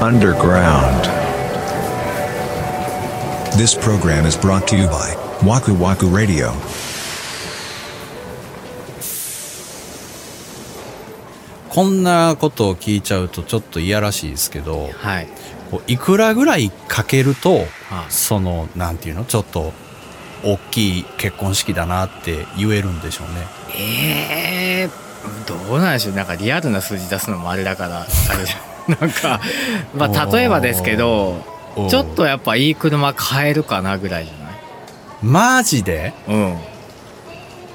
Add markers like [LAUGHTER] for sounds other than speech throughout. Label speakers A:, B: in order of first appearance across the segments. A: underground.
B: This program is brought to you by Waku Waku Radio.
C: こんなことを聞いちゃうとちょっといやらしいですけど、
D: はい。
C: こういくらぐらいかけると、
D: はい
C: その、なんていうの、ちょっと、大きい結婚式だなって言えるんでしょうね。
D: ええー、どうなんでしょう。なんかリアルな数字出すのもあれだから、あれじゃなん [LAUGHS] か、まあ例えばですけど
C: おー、
D: ちょっとやっぱいい車買えるかなぐらいじゃない
C: マジで
D: うん。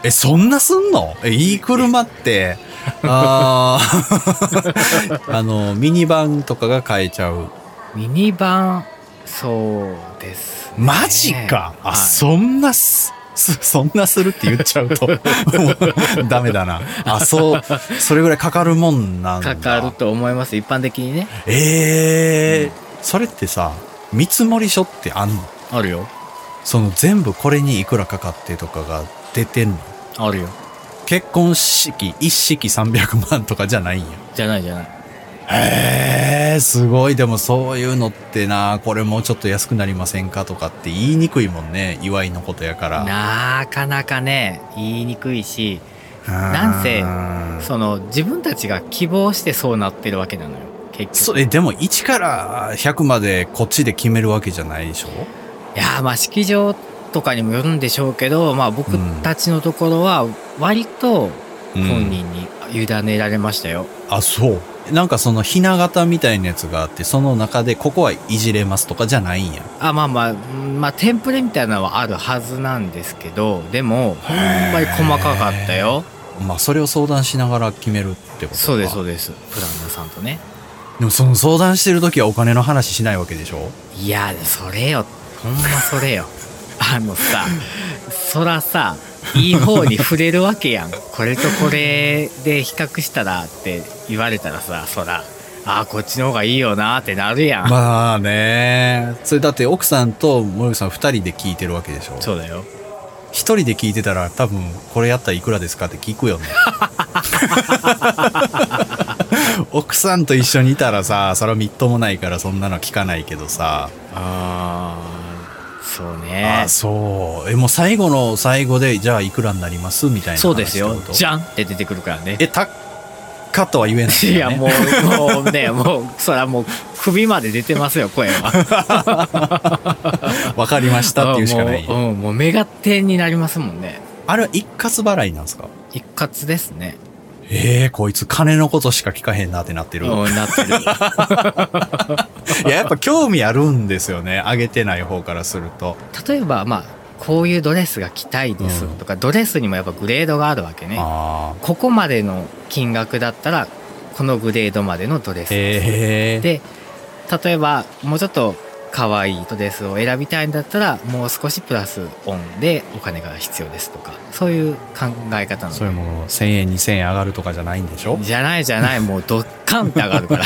C: え、そんなすんのえ、いい車
D: [LAUGHS]
C: って、あー [LAUGHS] あの、ミニバンとかが買えちゃう。
D: ミニバン、そうです、ね。
C: マジか、あ、
D: はい
C: そんなす、すそんなするって言っちゃ
D: [LAUGHS]
C: うと、もうダメだな。あ、そう、それぐらいかかるもんなんだ。
D: かかると思います。一般的にね。
C: ええそれってさ、見積書ってあんの
D: あるよ。
C: その全部これにいくらかかってとかが出てんの
D: あるよ。
C: 結婚式一式300万とかじゃないんや。
D: じゃないじゃない。
C: ええすごい。でもそういうのってな、これもうちょっと安くなりませんかとかって言いにくいもんね。祝いのことやから。
D: なかなかね、言いにくいし、
C: うん
D: なんせその自分たちが希望してそうなってるわけなのよ。結
C: そ
D: 局。
C: れでも1から100までこっちで決めるわけじゃないでしょ
D: いやーまあ式場とかにもよるんでしょうけど、まあ僕たちのところは割と本人に委ねられましたよ。
C: あ、そう。なんかそのひな形みたいなやつがあって、その中でここはいじれますとかじゃないんや。
D: あまあまあ、うんまあテンプレみたいなのはあるはずなんですけど、でも、ほんまり細かかったよ。
C: まあそれを相談しながら決めるってことか。
D: そうです、そう
C: で
D: です。プランナーさんとね。
C: す。でもその相談してる時はお金の話しないわけでしょ
D: いやそれよほんまそれよ [LAUGHS] あのさそらさいい方に触れるわけやんこれとこれで比較したらって言われたらさそらあーこっちの方がいいよなってなるやん、
C: まあね。それだって奥さんと森口さん二人で聞いてるわけでしょ
D: そうだよ
C: 一人で聞いてたら多分これやったらいくらですかって聞くよね [LAUGHS] 奥さんと一緒にいたらさそれはみっともないからそんなの聞かないけどさ、
D: ああそう
C: あ
D: ね
C: あそうえもう最後の最後でじゃあいくらになりますみたいな話
D: そうです
C: っ
D: よ
C: てこと
D: じゃんって出てくるからね
C: えたっかとは言えない、ね、
D: いやもうもうねもうそらもう首まで出てますよ声
C: [LAUGHS]
D: は
C: わかりましたっていうしかない
D: あーもう,、うん、もうメガテンになりますもんね
C: あれは一括払いなんですか
D: 一括ですね
C: えー、こいつ金のことしか聞かへんなってなってる、
D: うんなってる
C: いややっぱ興味あるんですよねあげてない方からすると
D: 例えばまあこういうドレスが着たいですとか、ドレスにもやっぱグレードがあるわけね
C: ああ
D: ここまでの金額だったらこのグレードまでのドレス、
C: へえ
D: で例えばもうちょっと可愛いドレスを選びたいんだったらもう少しプラスオンでお金が必要ですとかそういう考え方な
C: それ
D: の
C: も1000円2000円上がるとかじゃないんでしょ
D: じゃないじ
C: [LAUGHS]
D: ゃないもうドッカンって上がるから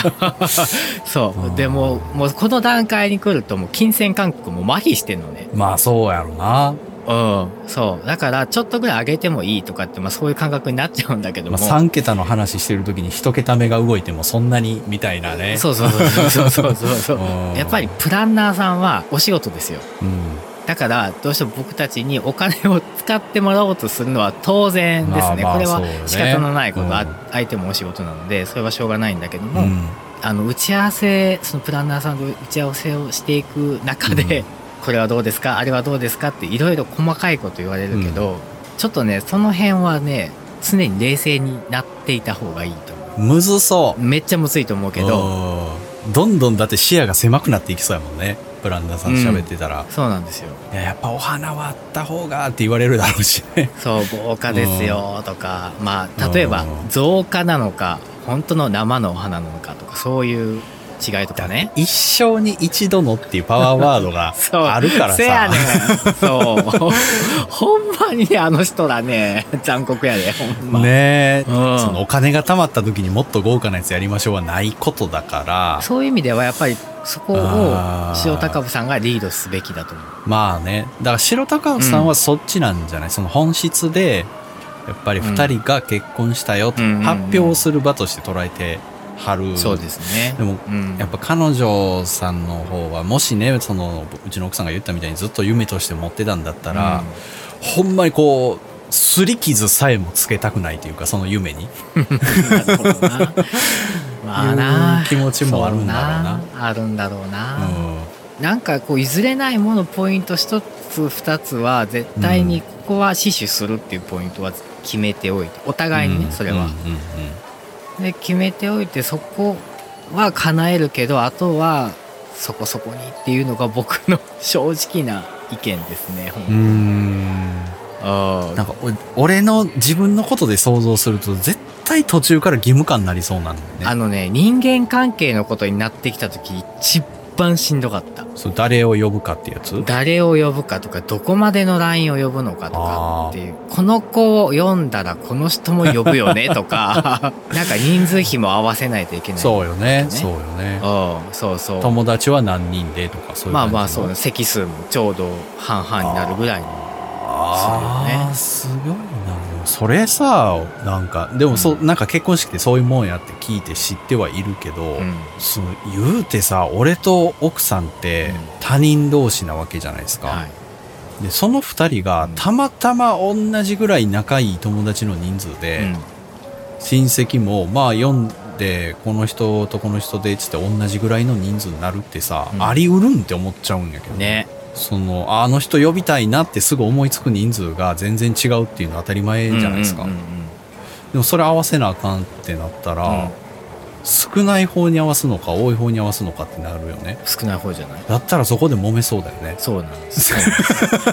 D: そうでもうもうこの段階に来るともう金銭感覚も麻痺してんのね
C: まあそうやろな、
D: うん、そう。だから、ちょっとぐらい上げてもいいとかって、まあそういう感覚になっちゃうんだけど
C: ま
D: も。
C: あ、3桁の話してる時に1桁目が動いてもそんなにみたいなね
D: そうそうそうそうそうそう
C: [LAUGHS]
D: そう
C: うん
D: やっぱりプランナーさんはお仕事ですよ。
C: うん、
D: だから、どうしても僕たちにお金を使ってもらおうとするのは当然ですね。
C: まあまあ
D: これは
C: そうよね
D: 仕方のないこと、あ
C: うん
D: 相手もお仕事なので、それはしょうがないんだけど
C: う
D: も、
C: ん
D: あの、打ち合わせ、そのプランナーさんと打ち合わせをしていく中で、
C: うん
D: これはどうですかあれはどうですかっていろいろ細かいこと言われるけど、ちょっとね、その辺はね、常に冷静になっていた方がいいと思。
C: むずそうう
D: めっちゃむずいと思うけど、
C: うんどんどんだって視野が狭くなっていきそうやもんねブランダさん喋ってたら、
D: そうなんですよ。
C: いややっぱお花はあった方がって言われるだろうし [LAUGHS] ね
D: そう、豪華ですよとか、まあ、例えば
C: うん、
D: 造花なのか、本当の生のお花なのかとか、そういう違いとかね。
C: 一生に一度のっていうパワーワードが
D: [LAUGHS] そう
C: あるから
D: せや
C: さ
D: ねん。そう。ほんまにね、あの人らね、残酷やで、ほんま。
C: ねえ、
D: うん
C: そのお金が貯まった時にもっと豪華なやつやりましょうはないことだから、
D: そういう意味ではやっぱりそこを
C: あー
D: 塩高部さんがリードすべきだと思う。
C: まあね、だから白高さんはそっちなんじゃない、その本質で、やっぱり二人が結婚したよと、
D: うん
C: 発表する場として捉えて春
D: そうですね
C: でも、
D: うん
C: やっぱ彼女さんの方はもしねそのうちの奥さんが言ったみたいにずっと夢として持ってたんだったら、ほんまにこうすり傷さえもつけたくないというかその夢に
D: なるほどなまあな
C: いう気持ちもあるんだろうな
D: そうなあるんだろうな、
C: うん
D: なんかこう譲れないものポイント一つ二つは絶対にここは死守するっていうポイントは決めておいてお互いにねそれは、で決めておいてそこは叶えるけどあとはそこそこにっていうのが僕の正直な意見ですね、ほん
C: うんうんうんう
D: あ
C: ーんな
D: ー
C: んかお俺の自分のことで想像すると絶対途中から義務感になりそうなんだよね
D: あのね人間関係のことになってきた時一番しんどかった
C: そう誰を呼ぶかってやつ
D: 誰を呼ぶかとかどこまでのラインを呼ぶのかとかっていうこの子を読んだらこの人も呼ぶよねと
C: [LAUGHS]
D: かなんか人数比も合わせないといけない
C: そうよね
D: ね
C: そうよね
D: うんそうそう
C: 友達は何人でとかそういう
D: まあ
C: 感じの
D: まあそうね席数もちょうど半々になるぐらいの
C: あーすごいなでもそれさなんかでもそう、なんか結婚式ってそういうもんやって聞いて知ってはいるけど、
D: うん
C: その言うてさ俺と奥さんって
D: うん
C: 他人同士なわけじゃないですか、
D: はい
C: でその二人が
D: うん
C: たまたま同じぐらい仲いい友達の人数で、
D: うん
C: 親戚もまあ読んでこの人とこの人でっつって同じぐらいの人数になるってさ、
D: うん
C: ありうるんって思っちゃうんやけど
D: ね
C: そのああの人呼びたいなってすぐ思いつく人数が全然違うっていうのは当たり前じゃないですか、
D: うんうん
C: でもそれ合わせなあかんってなった
D: うん
C: ら、
D: うん
C: 少ない方に合わすのか多い方に合わすのかってなるよね
D: 少ない方じゃない
C: だったらそこで揉めそうだよね
D: そうなん
C: [LAUGHS]
D: です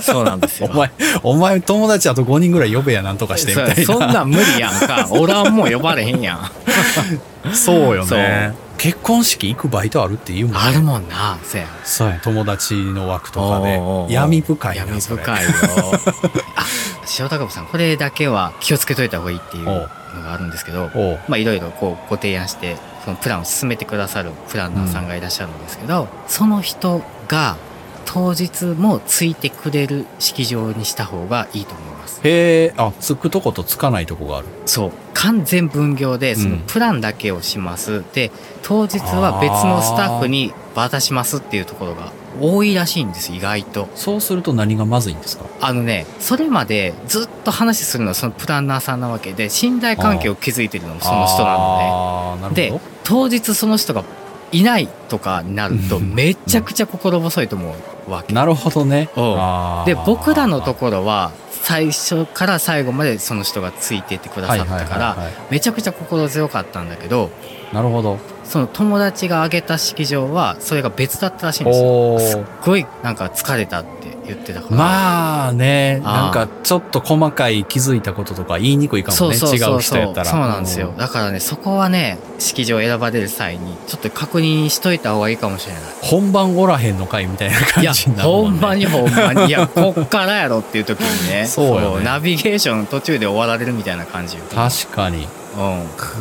D: そうなんです
C: お
D: よ
C: 前お前友達あと5人ぐらい呼べやなんとかしてみたいな
D: そそんなん無理やんか俺はもう呼ばれへんやん
C: [LAUGHS] そうよ
D: そ
C: ね
D: う
C: 結婚式行くバイトあるって言うもん
D: あるもんなせや
C: そうや友達の枠とかで
D: おうおうおう
C: 闇深いな
D: 闇
C: それ
D: 深いよあ塩高子さんこれだけは気をつけといた方がいいっていう
C: お
D: の
C: う
D: があるんですけど
C: おう
D: まあいろいろこうご提案してそのプランを進めてくださるプランナーさんがいらっしゃるんですけど、その人が当日もついてくれる式場にした方がいいと思います
C: へえあつくとことつかないとこがある
D: そう完全分業でその
C: うん
D: プランだけをします、で当日は別のスタッフに渡しますっていうところが多いらしいんです意外と
C: そうすると何がまずいんですか
D: あのね、それまでずっと話するのはそのプランナーさんなわけで、信頼関係を築いてるのもその人なの
C: あーなるほど
D: で。で、当日その人がいないとかになると、
C: うん
D: めちゃくちゃ心細いと思うわけ。
C: なるほどね。
D: おう
C: あー
D: で、僕らのところは、最初から最後までその人がついてってくださったか
C: はいはい
D: ら、
C: はいは
D: めちゃくちゃ心強かったんだけど、
C: いなるほど。
D: その友達が挙げた式場は、それが別だったらしいんですよ。
C: お
D: すっ
C: ー
D: ごいなんか疲れたって言ってたから。
C: まあね、な
D: あ
C: ん
D: ー
C: かちょっと細かい気づいたこととか言いにくいかもね、違う人やったら。
D: そうなんですよ
C: ん。
D: だからねそこはね式場選ばれる際にちょっと確認しといた方がいいかもしれない
C: 本番おらへんのかいみたいない感
D: や
C: じになるも
D: ほ
C: んね。
D: んまにほんまにいやこっからやろっていう時に
C: [LAUGHS]
D: ね
C: そうよね
D: ナビゲーションの途中で終わられるみたいな感じよ
C: 確かに。
D: うん
C: く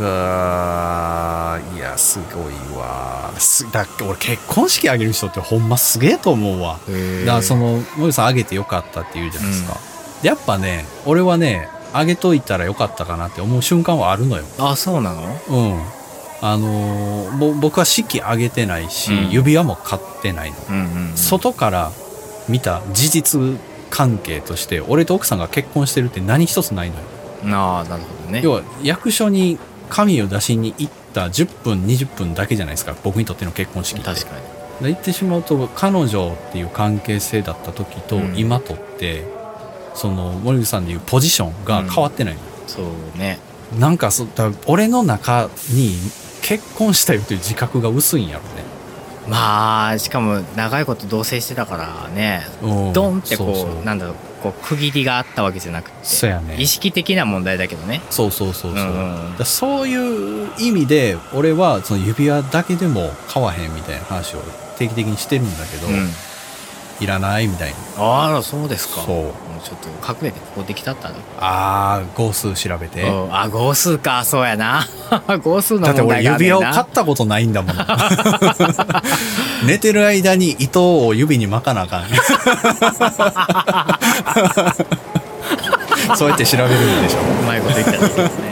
C: ーいや、すごいわ。すだって俺結婚式あげる人ってほんますげえと思うわ。だからその、もゆさんあげてよかったって言うじゃないですか。でやっぱね、俺はね、あげといたらよかったかなって思う瞬間はあるのよ。
D: あそうなの
C: うん。あのーぼ僕は式あげてないし、
D: うん
C: 指輪も買ってないの。
D: うんうんうん
C: 外から見た事実関係として、俺と奥さんが結婚してるって何一つないのよ。
D: ああなるほどね
C: 要は、役所に紙を出しに行った10分、20分だけじゃないですか。僕にとっての結婚式って。
D: 確かに
C: 言ってしまうと彼女っていう関係性だった時と
D: うん
C: 今とって、その森口さんでいうポジションが変わってない、
D: そうね
C: なんかそだ俺の中に結婚したよという自覚が薄いんやろ
D: まあしかも長いこと同棲してたからね
C: ね、うん、
D: ドンってこう
C: そうそう
D: なんだろうこう区切りがあったわけじゃなくて
C: そうやね
D: 意識的な問題だけどね
C: そうそうそうそう、
D: うんうんうん
C: だからそういう意味で俺はその指輪だけでも買わへんみたいな話を定期的にしてるんだけど、
D: うん
C: いらないみたいな
D: あらそうですか
C: そう
D: もうちょっと隠れてここできたったの
C: あー号数調べて
D: うんあ号数かそうやな [LAUGHS] 号数の
C: だって
D: 問
C: 俺
D: 題がある
C: 指
D: ねん
C: 輪を
D: な
C: 買ったことないんだ
D: [LAUGHS]
C: もん。寝てる間に糸を指に巻かなあ
D: [LAUGHS]
C: かん。そうやって調べるんでしょ。
D: うまいこと言ったらいいですね